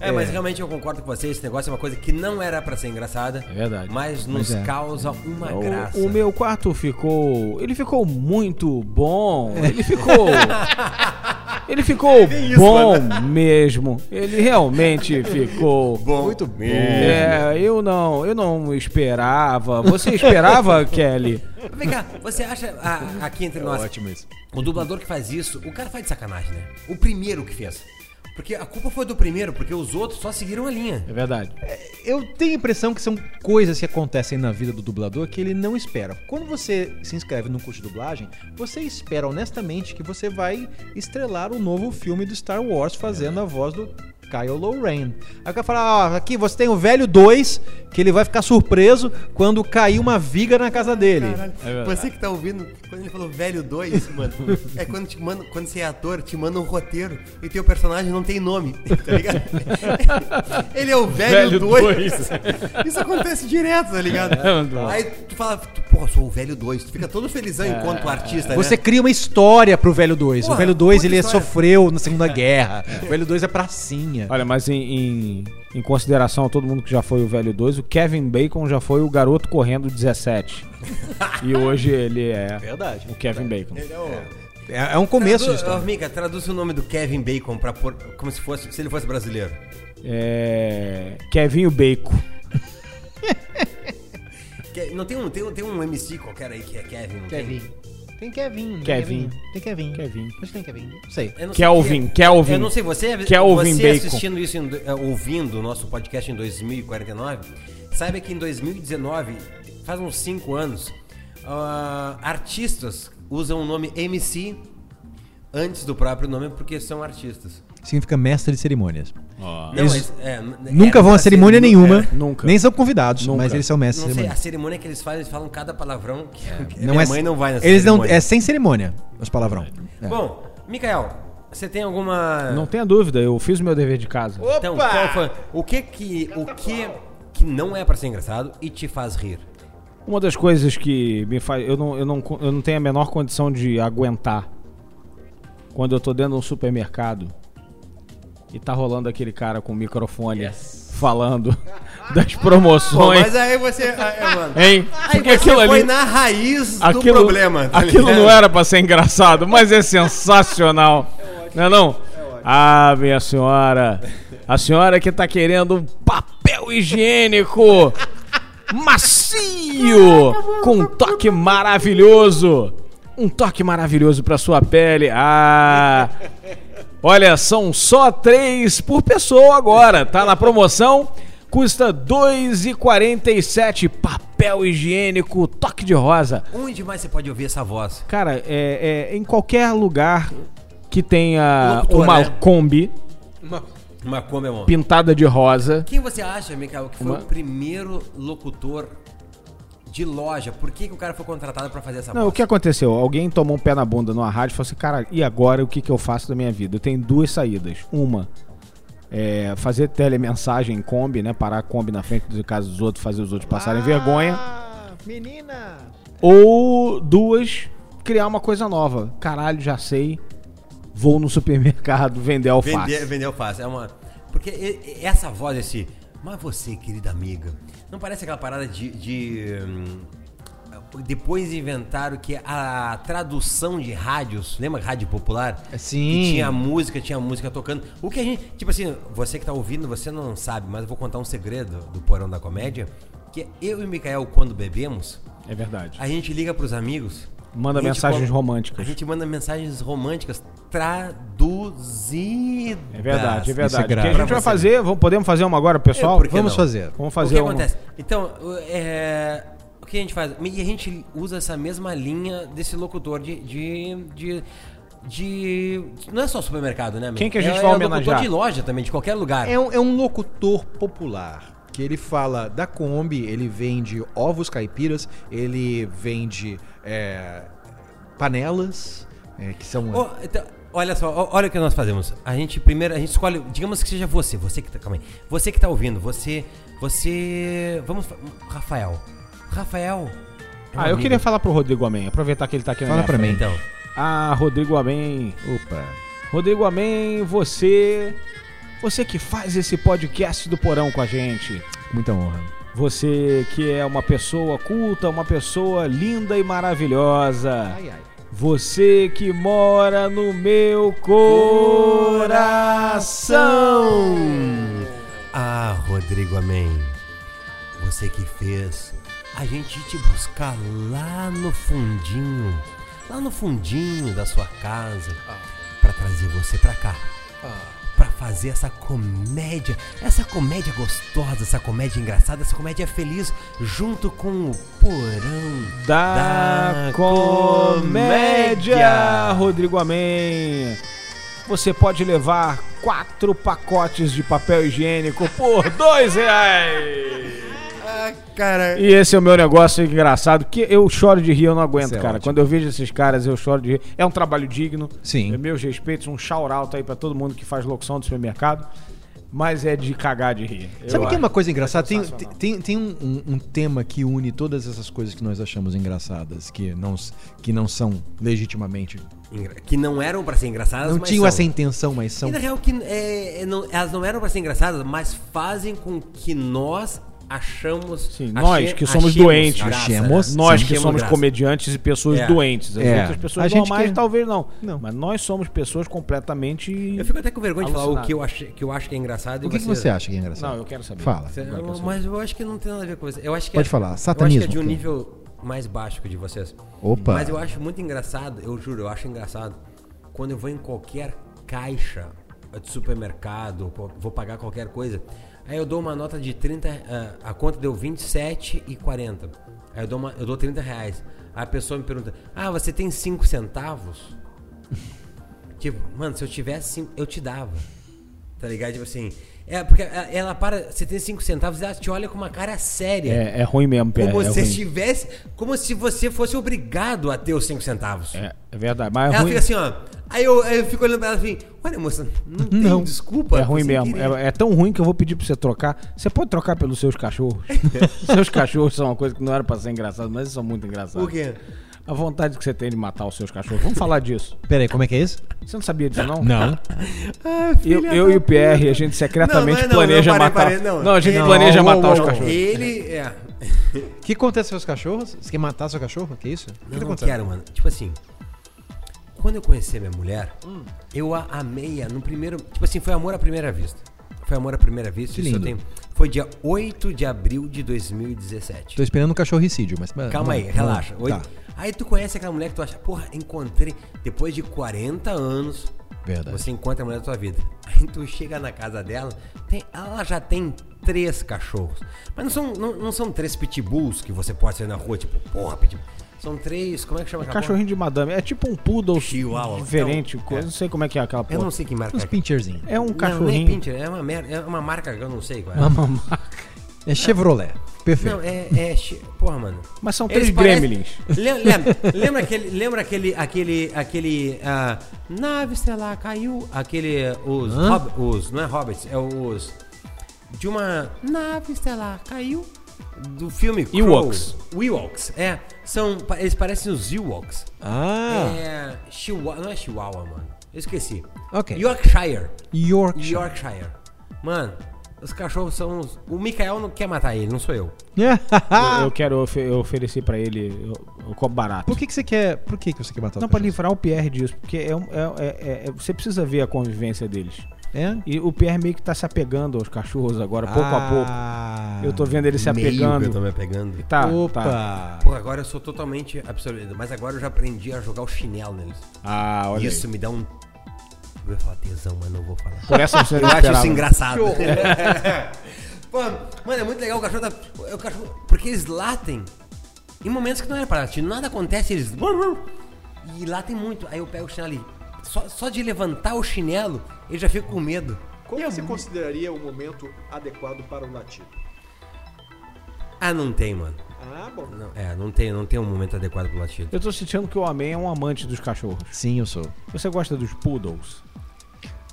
Speaker 1: é, mas realmente eu concordo com você, esse negócio é uma coisa que não era pra ser engraçada.
Speaker 4: É verdade.
Speaker 1: Mas nos causa uma
Speaker 4: O-
Speaker 1: graça.
Speaker 4: O, meu quarto ficou. Ele ficou muito bom. Ele ficou. ele ficou bom mesmo. Ele realmente ficou.
Speaker 1: Bom, muito bom.
Speaker 4: É, eu não, eu não esperava. Você esperava, Kelly?
Speaker 1: Vem cá, você acha a- aqui entre nós. O dublador que faz isso, o cara faz de sacanagem, né? O primeiro que fez. Porque a culpa foi do primeiro, porque os outros só seguiram a linha.
Speaker 4: É verdade.
Speaker 3: Eu tenho a impressão que são coisas que acontecem na vida do dublador que ele não espera. Quando você se inscreve num curso de dublagem, você espera honestamente que você vai estrelar o novo filme do Star Wars fazendo a voz do Kylo Ren. Aí o cara fala, ó, aqui você tem o velho 2, que ele vai ficar surpreso quando cair uma viga na casa dele.
Speaker 4: É verdade.
Speaker 1: você que tá ouvindo, quando ele falou velho 2, mano, é quando, te manda, quando você é ator, te manda um roteiro e teu personagem não tem nome, tá ligado? Ele é o velho
Speaker 4: Velho
Speaker 1: 2.
Speaker 4: dois.
Speaker 1: Isso acontece direto, tá ligado?
Speaker 4: É, mano.
Speaker 1: Aí tu fala, tu, porra, sou o velho 2. Tu fica todo felizão
Speaker 4: É.
Speaker 1: enquanto artista,
Speaker 3: Você
Speaker 1: né?
Speaker 3: cria uma história pro velho 2. O
Speaker 1: Porra,
Speaker 3: velho 2
Speaker 1: puta
Speaker 3: ele
Speaker 1: história.
Speaker 3: sofreu na Segunda Guerra. O velho 2 é pracinha.
Speaker 4: Olha, mas em, em, em consideração a todo mundo que já foi o velho 2, o Kevin Bacon já foi o garoto correndo 17. e hoje ele é
Speaker 3: Verdade.
Speaker 4: o Kevin Bacon.
Speaker 3: É, é um começo de
Speaker 1: Tradu-
Speaker 3: história.
Speaker 1: Amiga, traduz o nome do Kevin Bacon pra pôr, como se fosse, se ele fosse brasileiro.
Speaker 4: É. Kevinho Bacon.
Speaker 1: Que- não tem um, tem um, tem um MC qualquer aí que é Kevin. não tem?
Speaker 3: Tem Kevin. né?
Speaker 4: Kevin.
Speaker 3: Tem Kevin.
Speaker 4: Kevin.
Speaker 3: Acho que tem Kevin. Não sei.
Speaker 1: Eu não sei
Speaker 4: Kelvin,
Speaker 1: se-
Speaker 4: Kelvin.
Speaker 1: Eu não sei, você,
Speaker 4: Kelvin
Speaker 1: você
Speaker 4: Bacon.
Speaker 1: assistindo isso, em do- eh, ouvindo o nosso podcast em 2049, saiba que em 2019, faz uns 5 anos, ah, artistas usam o nome MC antes do próprio nome porque são artistas.
Speaker 3: Significa mestre de cerimônias.
Speaker 1: Não,
Speaker 3: Eles
Speaker 1: mas, é, n-
Speaker 3: Nunca
Speaker 1: é,
Speaker 3: vão a
Speaker 1: assim,
Speaker 3: cerimônia
Speaker 1: nu-
Speaker 3: nenhuma.
Speaker 1: é.
Speaker 4: nunca.
Speaker 3: Nem são convidados,
Speaker 4: Nunca.
Speaker 3: mas eles são mestres
Speaker 1: Não
Speaker 3: de
Speaker 1: sei, a
Speaker 3: cerimônia. É.
Speaker 1: cerimônia que eles fazem, eles falam cada palavrão que, que minha mãe não vai nessa
Speaker 3: eles não,
Speaker 1: cerimônia.
Speaker 3: é sem cerimônia, os palavrão. É.
Speaker 1: Bom, Mikael, Você tem alguma.
Speaker 2: É. Não tenha dúvida, eu fiz o meu dever de casa.
Speaker 4: Opa!
Speaker 1: Então, qual foi? O que que. O que que não é pra ser engraçado e te faz rir?
Speaker 2: Uma das coisas que me faz. Eu não, eu, não, co- eu não tenho a menor condição de aguentar quando eu tô dentro de um supermercado e tá rolando aquele cara com o microfone falando das
Speaker 1: Bom,
Speaker 2: promoções.
Speaker 1: mas aí você. ah, é, mano.
Speaker 2: Hein?
Speaker 1: Aí
Speaker 2: Porque
Speaker 1: você
Speaker 2: aquilo
Speaker 1: foi
Speaker 2: ali.
Speaker 1: na raiz do
Speaker 2: Aquilo,
Speaker 1: problema. tá
Speaker 2: aquilo
Speaker 1: ligado?
Speaker 2: não era pra ser engraçado, mas é sensacional. não é não? ah, minha senhora. A senhora que tá querendo um papel higiênico macio, com um toque maravilhoso. Um toque maravilhoso pra sua pele. Ah. Olha, são só três por pessoa agora. Tá na promoção. Custa R$ 2,47. Papel higiênico, toque de rosa.
Speaker 1: Onde mais você pode ouvir essa voz?
Speaker 2: Cara, é, é em qualquer lugar que tenha
Speaker 1: Locutor,
Speaker 2: uma
Speaker 1: né?
Speaker 2: Kombi
Speaker 1: Uma Kombi, amor.
Speaker 2: pintada de rosa.
Speaker 1: Quem você acha, Mikael, que foi
Speaker 2: Uma-
Speaker 1: o primeiro locutor de loja? Por que, que o cara foi contratado pra fazer essa
Speaker 2: Não, o
Speaker 1: voz?
Speaker 2: que aconteceu? Alguém tomou um pé na bunda numa rádio e falou assim, cara, e agora o que, que eu faço da minha vida? Eu tenho duas saídas. Uma, é, fazer telemensagem em Kombi, né? Parar a Kombi na frente dos casos dos outros, fazer os outros passarem vergonha.
Speaker 3: Ah, Menina!
Speaker 2: Ou duas, criar uma coisa nova. Caralho, já sei. Vou no supermercado vender alface.
Speaker 1: Vender, vender alface. É uma. Porque e- e- essa voz, esse. Mas você, querida amiga, não parece aquela parada de. de, hum, depois inventaram que a tradução de rádios, lembra rádio popular?
Speaker 3: Sim.
Speaker 1: Que tinha música, tinha música tocando. O que a gente, tipo assim, você que tá ouvindo, você não sabe, mas eu vou contar um segredo do Porão da Comédia, que é eu e o Mikael quando bebemos,
Speaker 2: É verdade.
Speaker 1: a gente liga pros amigos.
Speaker 2: Manda
Speaker 1: a gente
Speaker 2: mensagens
Speaker 1: colo-
Speaker 2: românticas.
Speaker 1: A gente manda mensagens românticas traduzidas.
Speaker 2: É verdade, é
Speaker 3: Isso é
Speaker 2: verdade. O que
Speaker 3: grave.
Speaker 2: a gente vai fazer, vamos, podemos fazer uma agora,
Speaker 1: É,
Speaker 2: pessoal?
Speaker 1: por que
Speaker 3: Vamos
Speaker 1: não?
Speaker 3: fazer.
Speaker 2: Vamos
Speaker 1: O
Speaker 2: fazer um-
Speaker 1: que
Speaker 2: uma.
Speaker 1: acontece? Então, o- é, o que a gente faz? E a gente usa essa mesma linha desse locutor de. de, de de- Não é só supermercado, né, amigo?
Speaker 2: Quem que a gente
Speaker 1: é,
Speaker 2: vai
Speaker 1: é
Speaker 2: homenagear?
Speaker 1: locutor de loja também, de qualquer lugar.
Speaker 3: É um, é um locutor popular que ele fala da Kombi, ele vende ovos caipiras, ele vende é, panelas, é, que são.
Speaker 1: Ó, então, olha só, ó, olha o que nós fazemos. A gente primeiro, a gente escolhe, digamos que seja você, você que tá, calma aí. Você que tá ouvindo, você, você, vamos, fa- Rafael. Rafael. é um
Speaker 2: Ah, eu
Speaker 1: amigo.
Speaker 2: queria falar pro Rodrigo Amém, aproveitar que ele tá aqui na
Speaker 3: Fala
Speaker 2: minha
Speaker 3: pra mim.
Speaker 1: Então,
Speaker 2: frente. Ah, Rodrigo Amém.
Speaker 3: Opa!
Speaker 2: Rodrigo Amém, você. Você que faz esse podcast do Porão com a gente.
Speaker 3: Muita honra.
Speaker 2: Você que é uma pessoa culta, uma pessoa linda e maravilhosa.
Speaker 3: Ai, ai.
Speaker 2: Você que mora no meu coração.
Speaker 1: ah, Rodrigo, amém. Você que fez a gente te buscar lá no fundinho, lá no fundinho da sua casa, pra trazer você pra cá. Pra fazer essa comédia, essa comédia gostosa, essa comédia engraçada, essa comédia feliz, junto com o porão
Speaker 2: da
Speaker 1: Da
Speaker 2: comédia,
Speaker 1: comédia.
Speaker 2: Rodrigo Amém. Você pode levar quatro pacotes de papel higiênico por dois reais.
Speaker 1: Ah, cara.
Speaker 2: E esse é o meu negócio engraçado, que eu choro de rir, eu não aguento,
Speaker 3: Isso é
Speaker 2: cara.
Speaker 3: ótimo.
Speaker 2: Quando eu vejo esses caras, eu choro de rir. É um trabalho digno.
Speaker 3: Sim.
Speaker 2: É meus respeitos, um shout-out aí pra todo mundo que faz locução do supermercado. Mas é de cagar de rir.
Speaker 3: Sabe
Speaker 2: Eu
Speaker 3: que é
Speaker 2: acho.
Speaker 3: uma coisa engraçada? Tem, tem, tem- tem um, um- um tema que une todas essas coisas que nós achamos engraçadas, que não, s- que não são legitimamente.
Speaker 1: Que não eram pra ser engraçadas,
Speaker 3: Não
Speaker 1: mas
Speaker 3: tinham
Speaker 1: são.
Speaker 3: essa intenção, mas
Speaker 2: Então
Speaker 3: são.
Speaker 1: E na real, que, é, é, não- elas não eram pra ser engraçadas, mas fazem com que nós achamos...
Speaker 2: Sim, nós que somos doentes.
Speaker 3: Achemos.
Speaker 2: né? Nós
Speaker 1: Sim.
Speaker 2: que somos
Speaker 1: graça.
Speaker 2: comediantes e pessoas
Speaker 1: É.
Speaker 2: doentes. As
Speaker 3: É.
Speaker 2: outras pessoas
Speaker 3: A gente
Speaker 2: normais
Speaker 3: que-
Speaker 2: talvez não.
Speaker 3: Não.
Speaker 2: Mas nós somos pessoas completamente.
Speaker 1: Eu fico assim. até com vergonha de falar o
Speaker 2: Alucinado.
Speaker 1: que eu, acho, que eu acho que é engraçado.
Speaker 3: O que, que você acha que é engraçado?
Speaker 2: Não, eu quero saber.
Speaker 3: Fala.
Speaker 1: Você- eu- mas eu acho que não tem nada a ver com isso. Eu acho que
Speaker 3: Pode
Speaker 1: é-
Speaker 3: falar,
Speaker 1: Eu acho
Speaker 3: satanismo,
Speaker 1: que é de um
Speaker 3: cara.
Speaker 1: nível mais baixo que o de vocês.
Speaker 3: Opa.
Speaker 1: Mas eu acho muito engraçado, eu juro, eu acho engraçado. Quando eu vou em qualquer caixa de supermercado, co- vou pagar qualquer coisa, aí eu dou uma nota de 30, ah, a conta deu 27 e 40. Aí eu dou, uma, eu dou 30 reais. Aí a pessoa me pergunta, ah, você tem 5 centavos? Tipo, mano, se eu tivesse, cinco, eu te dava. Tá ligado? Tipo assim. É, porque ela ela para, você tem 5 centavos e ela te olha com uma cara séria.
Speaker 2: É, é ruim mesmo, Pé.
Speaker 1: como
Speaker 2: é,
Speaker 1: se
Speaker 2: ruim.
Speaker 1: tivesse. Como se você fosse obrigado a ter os 5 centavos.
Speaker 2: É, é verdade. Mas é
Speaker 1: ela
Speaker 2: ruim.
Speaker 1: fica assim, ó. Aí eu, aí eu fico olhando pra ela assim, olha moça, não, tem
Speaker 2: Não.
Speaker 1: desculpa.
Speaker 2: É ruim
Speaker 1: foi sem
Speaker 2: mesmo.
Speaker 1: querer."
Speaker 2: É, é tão ruim que eu vou pedir pra você trocar. Você pode trocar pelos seus cachorros. seus cachorros são uma coisa que não era pra ser engraçado, mas eles são muito engraçados.
Speaker 1: Por quê?
Speaker 2: A vontade que você tem de matar os seus cachorros. Vamos falar disso.
Speaker 3: Pera aí, como é que é isso?
Speaker 2: Você não sabia disso, não?
Speaker 1: Ah,
Speaker 2: Eu,
Speaker 1: filha
Speaker 2: eu
Speaker 1: da
Speaker 2: e o PR,
Speaker 1: puta.
Speaker 2: a gente
Speaker 1: Não, não
Speaker 2: secretamente
Speaker 1: é não,
Speaker 2: planeja
Speaker 1: não, parei,
Speaker 2: matar.
Speaker 1: parei,
Speaker 2: não.
Speaker 1: não.
Speaker 2: a gente
Speaker 1: Não,
Speaker 2: planeja
Speaker 3: uou,
Speaker 2: matar
Speaker 3: uou,
Speaker 2: os
Speaker 3: uou.
Speaker 2: cachorros.
Speaker 1: Ele, é.
Speaker 3: O que acontece com os cachorros? Você quer matar seu cachorro? Que isso? O que
Speaker 1: Eu
Speaker 3: tá
Speaker 1: não
Speaker 3: acontecendo?
Speaker 1: quero, mano. Tipo assim, quando eu conheci minha mulher,
Speaker 3: Hum.
Speaker 1: eu a amei no primeiro. Tipo assim, foi amor à primeira vista. Foi amor à primeira vista.
Speaker 3: Que
Speaker 1: isso eu
Speaker 3: lindo.
Speaker 1: tenho- foi dia 8 de abril de 2017.
Speaker 3: Tô esperando um cachorricídio, mas.
Speaker 1: Calma aí, relaxa. Oi.
Speaker 3: Tá,
Speaker 1: Aí tu conhece aquela mulher que tu acha, porra, encontrei depois de 40 anos.
Speaker 3: Verdade.
Speaker 1: Você encontra a mulher da tua vida. Aí tu chega na casa dela, tem- ela já tem três cachorros. Mas não são, não, não são três pitbulls que você pode sair na rua, tipo, porra, pitbull. São três, como é que chama aquela porra?
Speaker 2: Cachorrinho de madame. É tipo um poodle
Speaker 1: Chihuahua.
Speaker 2: diferente. coisa, Não sei como é que é aquela porra.
Speaker 1: Então, Eu não sei que marca
Speaker 3: Uns
Speaker 1: é.
Speaker 3: pincherzinhos.
Speaker 2: É um
Speaker 1: Não, nem é
Speaker 2: cachorrinho.
Speaker 1: pincher, é uma, mer- é uma marca que eu não sei qual é.
Speaker 3: Uma mamaca. É Chevrolet. Perfeito.
Speaker 1: Não, é, é. chi- Porra, mano.
Speaker 2: Mas são
Speaker 1: Eles
Speaker 2: um três
Speaker 1: parecem-
Speaker 2: gremlins.
Speaker 1: Lem- Lembra, lembra aquele. Lembra aquele. Aquele. aquele ah, nave estelar caiu. Aquele. eh, Os,
Speaker 3: Hã?
Speaker 1: hob- os. Não é hobbits, é os. De uma. Nave estelar caiu. Do filme
Speaker 2: Ewoks.
Speaker 1: Crow. Ewoks, é. São, pa- eles parecem os Ewoks.
Speaker 3: Ah!
Speaker 1: É. Chihuahua. Não é Chihuahua, mano. Eu esqueci.
Speaker 3: Ok.
Speaker 1: Yorkshire.
Speaker 3: Yorkshire.
Speaker 1: Yorkshire. Mano, os cachorros são. os- O Mikael não quer matar ele, não sou eu. Ah!
Speaker 2: Eu, eu quero ofe- eu oferecer pra ele o, o copo barato.
Speaker 3: Por que, que você quer. Por que, que você quer matar os
Speaker 2: Não, pra
Speaker 3: cachorros?
Speaker 2: livrar o PR disso, porque é, um- é- é- é- é- você precisa ver a convivência deles.
Speaker 3: É?
Speaker 2: E o PR meio que tá se apegando aos cachorros agora, pouco
Speaker 3: Ah.
Speaker 2: a pouco.
Speaker 3: a
Speaker 2: Eu tô vendo ele se
Speaker 1: Ah, Eu tô
Speaker 2: apegando.
Speaker 1: me apegando.
Speaker 2: Tá,
Speaker 3: Opa!
Speaker 2: tá.
Speaker 1: Pô, agora eu sou totalmente absorvido, mas agora eu já aprendi a jogar o chinelo neles.
Speaker 2: Ah, olha
Speaker 1: isso
Speaker 2: aí.
Speaker 1: me dá um. Eu ia falar tesão, mas não vou falar.
Speaker 2: Por essa você
Speaker 1: Eu
Speaker 2: não
Speaker 1: acho
Speaker 2: esperava.
Speaker 1: isso engraçado. Pô, mano, é muito legal o cachorro tá. o cachorro- porque eles latem em momentos que não era pra latir. Nada acontece, eles. E latem muito. Aí eu pego o chinelo ali. Só, só de levantar o chinelo, ele já fica com medo.
Speaker 5: Como você consideraria o momento adequado para o latido?
Speaker 1: Ah, não tem, mano.
Speaker 5: Ah, bom.
Speaker 1: Não, é, não tem, não tem um momento adequado pro latido.
Speaker 2: Eu tô sentindo que o homem é um amante dos cachorros.
Speaker 3: Sim, eu sou.
Speaker 2: Você gosta dos poodles?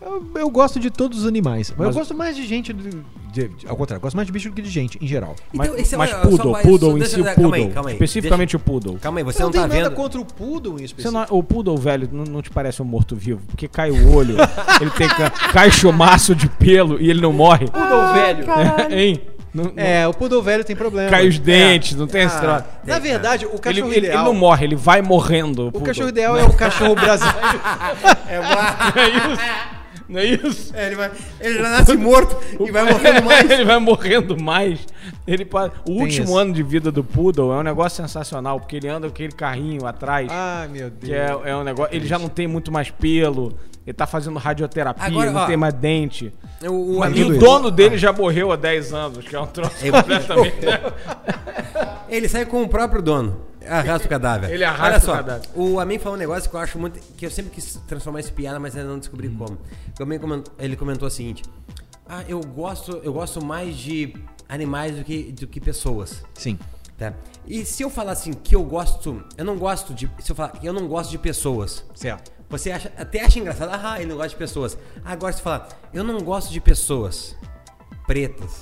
Speaker 3: Eu, eu gosto de todos os animais. Mas, eu
Speaker 2: Mas-
Speaker 3: gosto mais de gente. do- de- de- ao contrário, eu gosto mais de bicho do que de gente, em geral.
Speaker 2: Mas,
Speaker 1: Então, esse é
Speaker 2: mas
Speaker 1: uma- só
Speaker 2: poodle,
Speaker 1: vai- só-
Speaker 2: poodle em
Speaker 1: deixa
Speaker 2: si,
Speaker 1: eu-
Speaker 2: o
Speaker 1: calma aí,
Speaker 2: poodle.
Speaker 1: calma aí.
Speaker 2: Especificamente o poodle.
Speaker 1: Calma aí, você
Speaker 3: Eu
Speaker 1: não, tá
Speaker 3: tenho
Speaker 1: vendo.
Speaker 3: nada contra o poodle em
Speaker 2: Você
Speaker 3: específico.
Speaker 2: não- é- o poodle velho não, não te parece um morto-vivo, porque cai o olho, ele tem ca, cai chumaço de pelo e ele não morre.
Speaker 5: Poodle velho.
Speaker 2: hein? Não- não-
Speaker 3: É, o poodle velho tem problema. É. Ah,
Speaker 2: cai os dentes, não
Speaker 1: Ah,
Speaker 2: tem esse troço.
Speaker 3: Na verdade, o
Speaker 2: Ele,
Speaker 3: cachorro
Speaker 2: ele- ele
Speaker 3: ideal.
Speaker 2: não morre, ele vai morrendo.
Speaker 3: o cachorro ideal é o cachorro brasileiro.
Speaker 2: Não é isso?
Speaker 1: É, ele, vai, ele já nasce morto e vai morrendo mais.
Speaker 2: ele vai morrendo mais. Ele, pa- o último
Speaker 3: isso.
Speaker 2: ano de vida do Poodle é um negócio sensacional, porque ele anda com aquele carrinho
Speaker 1: Ah,
Speaker 2: atrás.
Speaker 3: Ai, Ah, meu Deus.
Speaker 2: Que é, é um negócio. Ele já não tem muito mais pelo. Ele tá fazendo radioterapia,
Speaker 1: Agora,
Speaker 2: não
Speaker 1: ó.
Speaker 2: tem mais dente.
Speaker 1: O, o
Speaker 2: E
Speaker 1: amigo
Speaker 2: o dono dele já morreu há 10 anos, que é um troço
Speaker 1: É,
Speaker 2: completamente.
Speaker 1: Ele sai com o próprio dono. Arrasta o cadáver.
Speaker 2: Ele arrasta
Speaker 1: Olha
Speaker 2: o
Speaker 1: só,
Speaker 2: cadáver.
Speaker 1: O Amin falou um negócio que eu acho muito. que eu sempre quis transformar isso em piada, mas ainda não descobri como. O Amin comentou- ele comentou o seguinte: Ah, eu gosto, eu gosto mais de animais do que, do que pessoas.
Speaker 3: Sim.
Speaker 1: Tá? E se eu falar assim que eu gosto. Eu não gosto de. Se eu falar que eu não gosto de pessoas.
Speaker 3: Certo.
Speaker 1: Você acha, até acha engraçado, ah, ele não gosta de pessoas. Agora você fala, eu não gosto de pessoas pretas.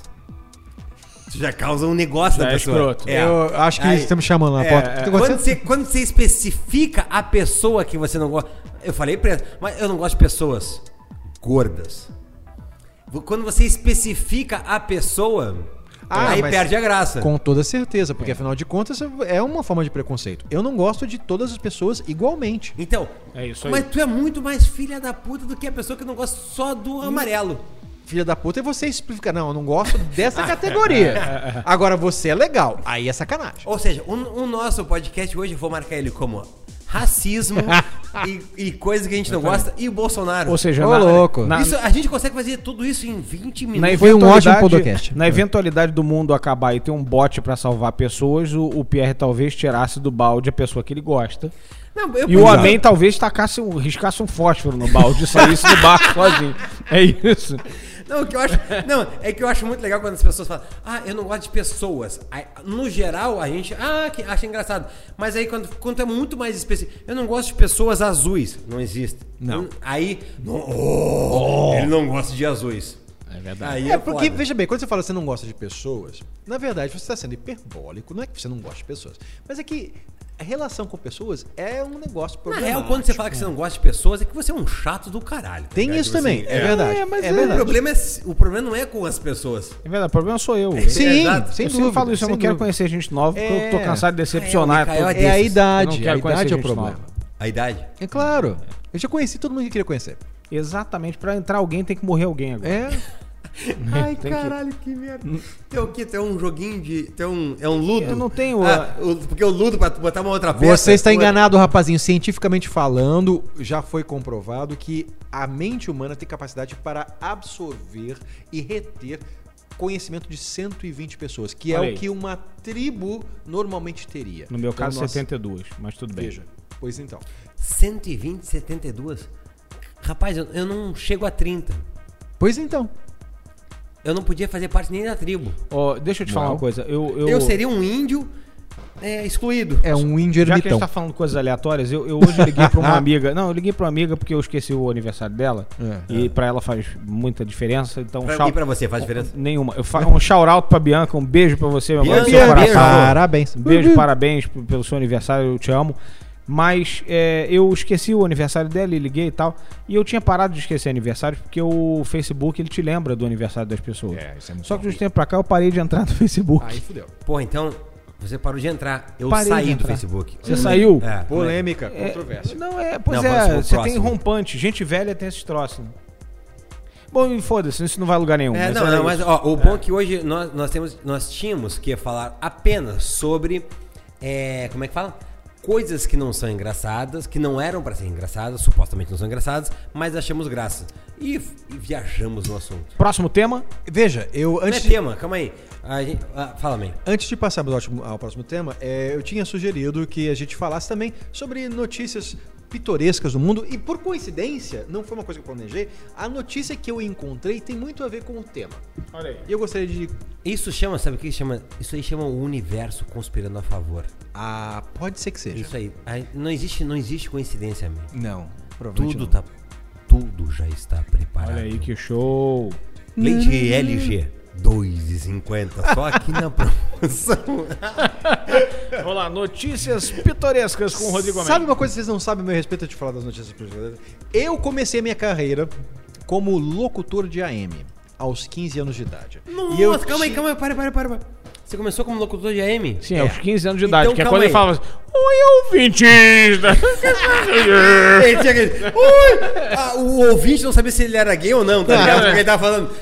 Speaker 1: Isso já causa um negócio
Speaker 2: Já
Speaker 1: da
Speaker 2: é
Speaker 1: pessoa.
Speaker 2: escroto.
Speaker 1: É.
Speaker 3: Eu acho que
Speaker 1: Aí,
Speaker 3: estamos chamando na um
Speaker 2: é,
Speaker 3: porta.
Speaker 2: é.
Speaker 3: Porque
Speaker 1: Quando
Speaker 3: você-
Speaker 1: você, quando você especifica a pessoa que você não gosta. Eu falei preto, mas eu não gosto de pessoas gordas. Quando você especifica a pessoa,
Speaker 3: Ah,
Speaker 1: aí
Speaker 3: mas-
Speaker 1: perde a graça.
Speaker 3: Com toda certeza, porque afinal de contas é uma forma de preconceito. Eu não gosto de todas as pessoas igualmente.
Speaker 1: Então,
Speaker 2: É isso aí.
Speaker 1: mas tu é muito mais filha da puta do que a pessoa que não gosta só do
Speaker 2: Hum.
Speaker 1: amarelo.
Speaker 3: Filha da puta, é você explicar. Não, eu não gosto dessa categoria. Agora você é legal. Aí é sacanagem.
Speaker 1: Ou seja, o, o nosso podcast hoje, eu vou marcar ele como racismo e, e coisa que a gente não gosta e o Bolsonaro.
Speaker 2: Ou seja,
Speaker 3: Ô,
Speaker 2: na-
Speaker 3: louco.
Speaker 2: na-
Speaker 1: Isso, a gente consegue fazer tudo isso em 20
Speaker 2: na
Speaker 1: minutos.
Speaker 3: Foi um ótimo
Speaker 2: eventualidade-
Speaker 3: podcast.
Speaker 2: Na eventualidade do mundo acabar e ter um bote pra salvar pessoas, o, o Pierre talvez tirasse do balde a pessoa que ele gosta.
Speaker 1: Não, eu-
Speaker 2: E o Amém talvez tacasse um, riscasse um fósforo no balde e saísse do barco sozinho. É isso.
Speaker 1: Não, o que eu acho, não, é que eu acho muito legal quando as pessoas falam, ah, eu não gosto de pessoas. Aí, no geral, a gente ah, que acha engraçado. Mas aí quando, quando é muito mais específico, eu não gosto de pessoas azuis. Não existe.
Speaker 2: Não.
Speaker 1: Aí, não, oh, ele não gosta de azuis.
Speaker 2: É verdade.
Speaker 1: Aí
Speaker 3: É porque,
Speaker 1: foda.
Speaker 3: veja bem, quando você fala que você não gosta de pessoas, na verdade você está sendo hiperbólico. Não é que você não gosta de pessoas, mas é que a relação com pessoas é um negócio
Speaker 1: Na
Speaker 3: problemático.
Speaker 1: real, quando você fala que você não gosta de pessoas, é que você é um chato do caralho. tá
Speaker 3: Tem
Speaker 1: ligado?
Speaker 3: isso
Speaker 1: Tipo
Speaker 3: também,
Speaker 1: assim,
Speaker 3: é, verdade.
Speaker 2: É,
Speaker 3: É,
Speaker 2: mas é
Speaker 1: O
Speaker 3: verdade.
Speaker 1: problema, é, o problema não é com as pessoas.
Speaker 2: É verdade, o problema sou eu.
Speaker 3: Sim,
Speaker 1: Exato.
Speaker 3: sem
Speaker 2: é, eu
Speaker 3: dúvida.
Speaker 2: sempre falo isso, eu
Speaker 3: sem
Speaker 2: não quero
Speaker 3: dúvida.
Speaker 2: conhecer gente nova, porque eu tô
Speaker 3: É.
Speaker 2: cansado de decepcionar.
Speaker 1: É, o Mikael
Speaker 2: todo-
Speaker 1: conhecer
Speaker 3: É
Speaker 1: desses.
Speaker 3: a
Speaker 2: Eu não
Speaker 3: idade,
Speaker 2: quero
Speaker 3: a
Speaker 2: conhecer
Speaker 3: idade é o
Speaker 2: gente
Speaker 3: problema.
Speaker 2: nova.
Speaker 1: A idade.
Speaker 3: É claro. Eu já conheci todo mundo que queria conhecer.
Speaker 2: Exatamente, pra entrar alguém tem que morrer alguém agora.
Speaker 3: É.
Speaker 1: Ai,
Speaker 2: Tem que-
Speaker 1: caralho, que, merda. Tem o quê? Tem um joguinho de. Tem um. É um ludo?
Speaker 2: Eu não tenho,
Speaker 1: Ah, o- porque o ludo, pra tu botar uma outra peça.
Speaker 3: Você está
Speaker 1: tu- é
Speaker 3: enganado, rapazinho. Cientificamente falando, já foi comprovado que a mente humana tem capacidade para absorver e reter conhecimento de 120 pessoas, que é
Speaker 2: Olha aí.
Speaker 3: o que uma tribo normalmente teria.
Speaker 2: No meu
Speaker 3: Então,
Speaker 2: caso,
Speaker 3: nós-
Speaker 2: 72, mas tudo bem.
Speaker 3: Veja. Pois então.
Speaker 1: 120, 72. Rapaz, eu, eu não chego a 30.
Speaker 3: Pois então.
Speaker 1: Eu não podia fazer parte nem da tribo.
Speaker 2: Ó, deixa eu te falar
Speaker 3: Uau.
Speaker 2: uma coisa. Eu, eu,
Speaker 1: Eu, seria um índio é, excluído.
Speaker 3: É um
Speaker 2: Já
Speaker 3: índio
Speaker 2: que a gente
Speaker 3: ermitão.
Speaker 2: tá falando coisas aleatórias, eu, eu hoje liguei pra uma amiga. Não, eu liguei pra uma amiga porque eu esqueci o aniversário dela.
Speaker 3: É.
Speaker 2: e pra ela faz muita diferença. Então,
Speaker 1: Pra-
Speaker 2: shout-
Speaker 1: E pra você, faz diferença?
Speaker 2: Nenhuma. Eu faço um shout-out pra Bianca, um beijo pra você, meu amor, do seu
Speaker 1: Bianca,
Speaker 2: coração.
Speaker 1: beijo.
Speaker 3: Parabéns.
Speaker 2: Um beijo,
Speaker 3: Uhum.
Speaker 2: parabéns p- pelo seu aniversário, eu te amo. Mas é, eu esqueci o aniversário dela e liguei e tal. E eu tinha parado de esquecer aniversários porque o Facebook ele te lembra do aniversário das pessoas.
Speaker 3: É, isso é
Speaker 1: então
Speaker 3: muito
Speaker 2: Só que de
Speaker 3: ruim.
Speaker 2: um tempo pra cá eu parei de entrar no Facebook.
Speaker 3: Aí fudeu.
Speaker 1: Pô, então, você parou de entrar. Eu
Speaker 2: Parei de
Speaker 1: saí do
Speaker 2: entrar.
Speaker 1: Facebook.
Speaker 2: Você saiu?
Speaker 1: É.
Speaker 3: Polêmica,
Speaker 2: É,
Speaker 3: controvérsia.
Speaker 2: Não, é, pois
Speaker 1: Não, vamos
Speaker 2: é,
Speaker 1: pro
Speaker 2: você tem
Speaker 1: próximo.
Speaker 2: rompante, gente velha tem esses troços. né? Bom, e foda-se, isso não vai a lugar nenhum.
Speaker 1: É, não,
Speaker 2: era
Speaker 1: não, mas
Speaker 2: isso.
Speaker 1: ó, o bom é que hoje nós, nós, temos, nós tínhamos que falar apenas sobre. é, como é que fala? Coisas que não são engraçadas, que não eram pra ser engraçadas, supostamente não são engraçadas, mas achamos graça. E, f- e viajamos no assunto.
Speaker 2: Próximo tema.
Speaker 3: Veja, eu
Speaker 1: Não é
Speaker 3: antes de-
Speaker 1: tema, calma aí. A gente- ah, fala, man.
Speaker 3: Antes de passarmos ao, ótimo- ao próximo tema, é, eu tinha sugerido que a gente falasse também sobre notícias pitorescas do mundo e por coincidência, não foi uma coisa que eu planejei, a notícia que eu encontrei tem muito a ver com o tema.
Speaker 2: Olha aí.
Speaker 3: E eu gostaria de...
Speaker 1: Isso chama, sabe o que chama? Isso aí chama o universo conspirando a favor.
Speaker 3: Ah, pode ser que seja.
Speaker 1: Isso aí. Aí Não existe, não existe coincidência, man.
Speaker 3: Não, provavelmente
Speaker 1: Tudo,
Speaker 3: não.
Speaker 1: tá, tudo já está preparado.
Speaker 2: Olha aí que show.
Speaker 1: Leite LG 2,50 só aqui na promoção.
Speaker 2: Vamos lá, notícias pitorescas com o Rodrigo Amém.
Speaker 3: Sabe uma coisa que vocês não sabem a meu respeito de falar das notícias pitorescas? Eu comecei a minha carreira como locutor de AM aos 15 anos de idade.
Speaker 1: Nossa,
Speaker 3: E eu
Speaker 1: calma aí,
Speaker 3: ti-
Speaker 1: calma aí, para, para, para. para. Você começou como locutor de AM?
Speaker 2: Sim, aos 15 anos de
Speaker 1: Então,
Speaker 2: idade, que é
Speaker 1: calma
Speaker 2: quando ele
Speaker 1: aí.
Speaker 2: fala assim, oi, ouvintistas.
Speaker 1: Ele tinha aquele, "Ui!" Ah, o ouvinte não sabia se ele era gay ou não, tá
Speaker 3: Ah,
Speaker 1: ligado?
Speaker 3: é.
Speaker 1: Porque ele tava falando.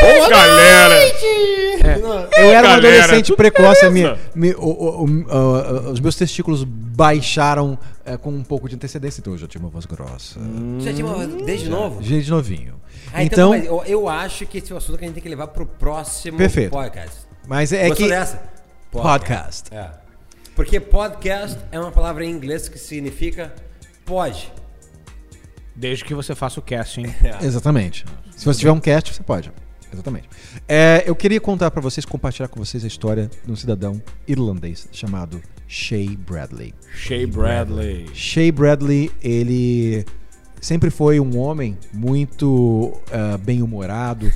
Speaker 1: Boa
Speaker 2: galera.
Speaker 1: noite! Não,
Speaker 3: Eu era um
Speaker 2: Galera,
Speaker 3: adolescente
Speaker 2: tudo
Speaker 3: precoce. a
Speaker 2: beleza.
Speaker 3: minha- me- o- o- o- a- a- os meus testículos baixaram é, com um pouco de antecedência, então eu já tinha uma voz grossa.
Speaker 1: tu Já tinha uma, desde novo?
Speaker 3: Gente novinho.
Speaker 1: Ah,
Speaker 3: Hum. então,
Speaker 1: mas eu, eu acho que esse é o assunto que a gente tem que levar pro próximo
Speaker 3: Perfeito.
Speaker 1: podcast.
Speaker 3: mas é
Speaker 1: Gostou
Speaker 3: que.
Speaker 1: dessa?
Speaker 3: Podcast.
Speaker 1: É. Porque podcast é uma palavra em inglês que significa pode.
Speaker 2: Desde que você faça o casting.
Speaker 3: Exatamente. Se você tiver um cast, você pode. Exatamente. É, eu queria contar pra vocês, compartilhar com vocês a história de um cidadão irlandês chamado Shea Bradley.
Speaker 2: Shea Bradley.
Speaker 3: Shea Bradley, ele sempre foi um homem muito ah, bem-humorado.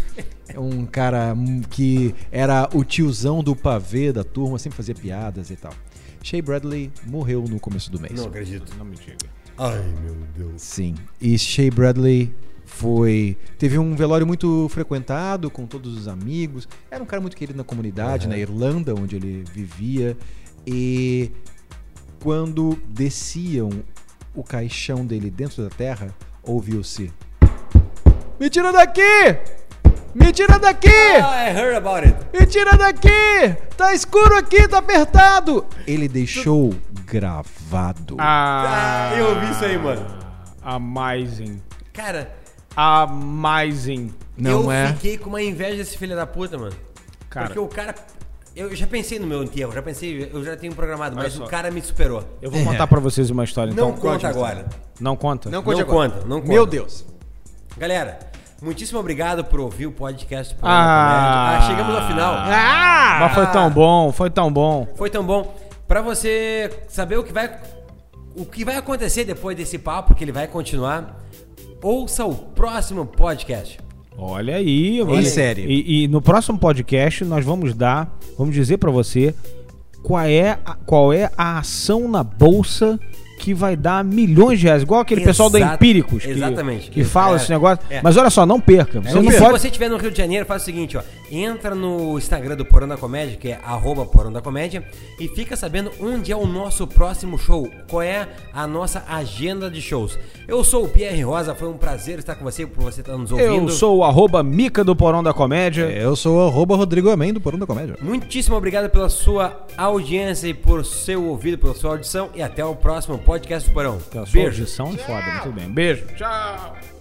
Speaker 3: É Um cara hum, que era o tiozão do pavê da turma, sempre fazia piadas e tal. Shea Bradley morreu no começo do mês.
Speaker 1: Não acredito.
Speaker 2: Não me diga.
Speaker 1: Ai, meu Deus.
Speaker 3: Sim. E Shea Bradley foi. Teve um velório muito frequentado com todos os amigos. Era um cara muito querido na comunidade, na Irlanda, onde ele vivia. E quando desciam o caixão dele dentro da terra, ouviu-se: Me tira daqui! Me tira daqui!
Speaker 1: I heard about it.
Speaker 3: Me tira daqui! Tá escuro aqui, tá apertado! Ele deixou gravado.
Speaker 2: Ah,
Speaker 1: Tá, eu ouvi isso aí, mano.
Speaker 2: Amazing.
Speaker 1: Cara,
Speaker 2: Amazing.
Speaker 3: Não
Speaker 1: eu
Speaker 3: é?
Speaker 1: fiquei com uma inveja desse filho da puta, mano.
Speaker 2: Cara.
Speaker 1: Porque o cara. Eu já pensei no meu enterro, já pensei, eu já tenho programado, mas
Speaker 2: só.
Speaker 1: o cara me superou.
Speaker 2: Eu vou contar pra vocês uma história, então.
Speaker 1: não conta É. agora.
Speaker 2: Não conta?
Speaker 1: Não
Speaker 3: agora.
Speaker 1: conta, não conta.
Speaker 3: Meu Deus.
Speaker 1: Galera, Muitíssimo obrigado por ouvir o podcast. Por
Speaker 2: Ah.
Speaker 1: ah, chegamos ao final.
Speaker 2: Ah! Mas foi tão bom, foi tão bom.
Speaker 1: Foi tão bom. Pra você saber o que vai o que vai acontecer depois desse papo, que ele vai continuar, ouça o próximo podcast.
Speaker 2: Olha aí,
Speaker 3: Em série.
Speaker 2: E, e no próximo podcast nós vamos dar, vamos dizer pra você qual é, a, qual é a ação na bolsa que vai dar milhões de reais, igual aquele pessoal da
Speaker 1: Exato-
Speaker 2: Empíricos que,
Speaker 1: exatamente.
Speaker 2: que fala
Speaker 1: É,
Speaker 2: esse negócio.
Speaker 1: é.
Speaker 2: Mas olha só, não perca. Você
Speaker 1: e
Speaker 2: não
Speaker 1: se
Speaker 2: pode.
Speaker 1: Né? você estiver no Rio de Janeiro, faz o seguinte, ó. Entra no Instagram do Porão da Comédia, que é arroba Porão da Comédia, e fica sabendo onde é o nosso próximo show, qual é a nossa agenda de shows. Eu sou o Pierre Rosa, foi um prazer estar com você, por você estar nos tá ouvindo.
Speaker 2: Eu sou o arroba Mica do Porão da Comédia.
Speaker 3: É, Eu sou o arroba Rodrigo Amém do Porão da Comédia.
Speaker 1: Muitíssimo obrigado pela sua audiência e por seu ouvido, pela sua audição, e até o próximo podcast do Porão.
Speaker 2: A sua
Speaker 1: Beijo.
Speaker 2: audição é foda, muito bem. Beijo. Tchau.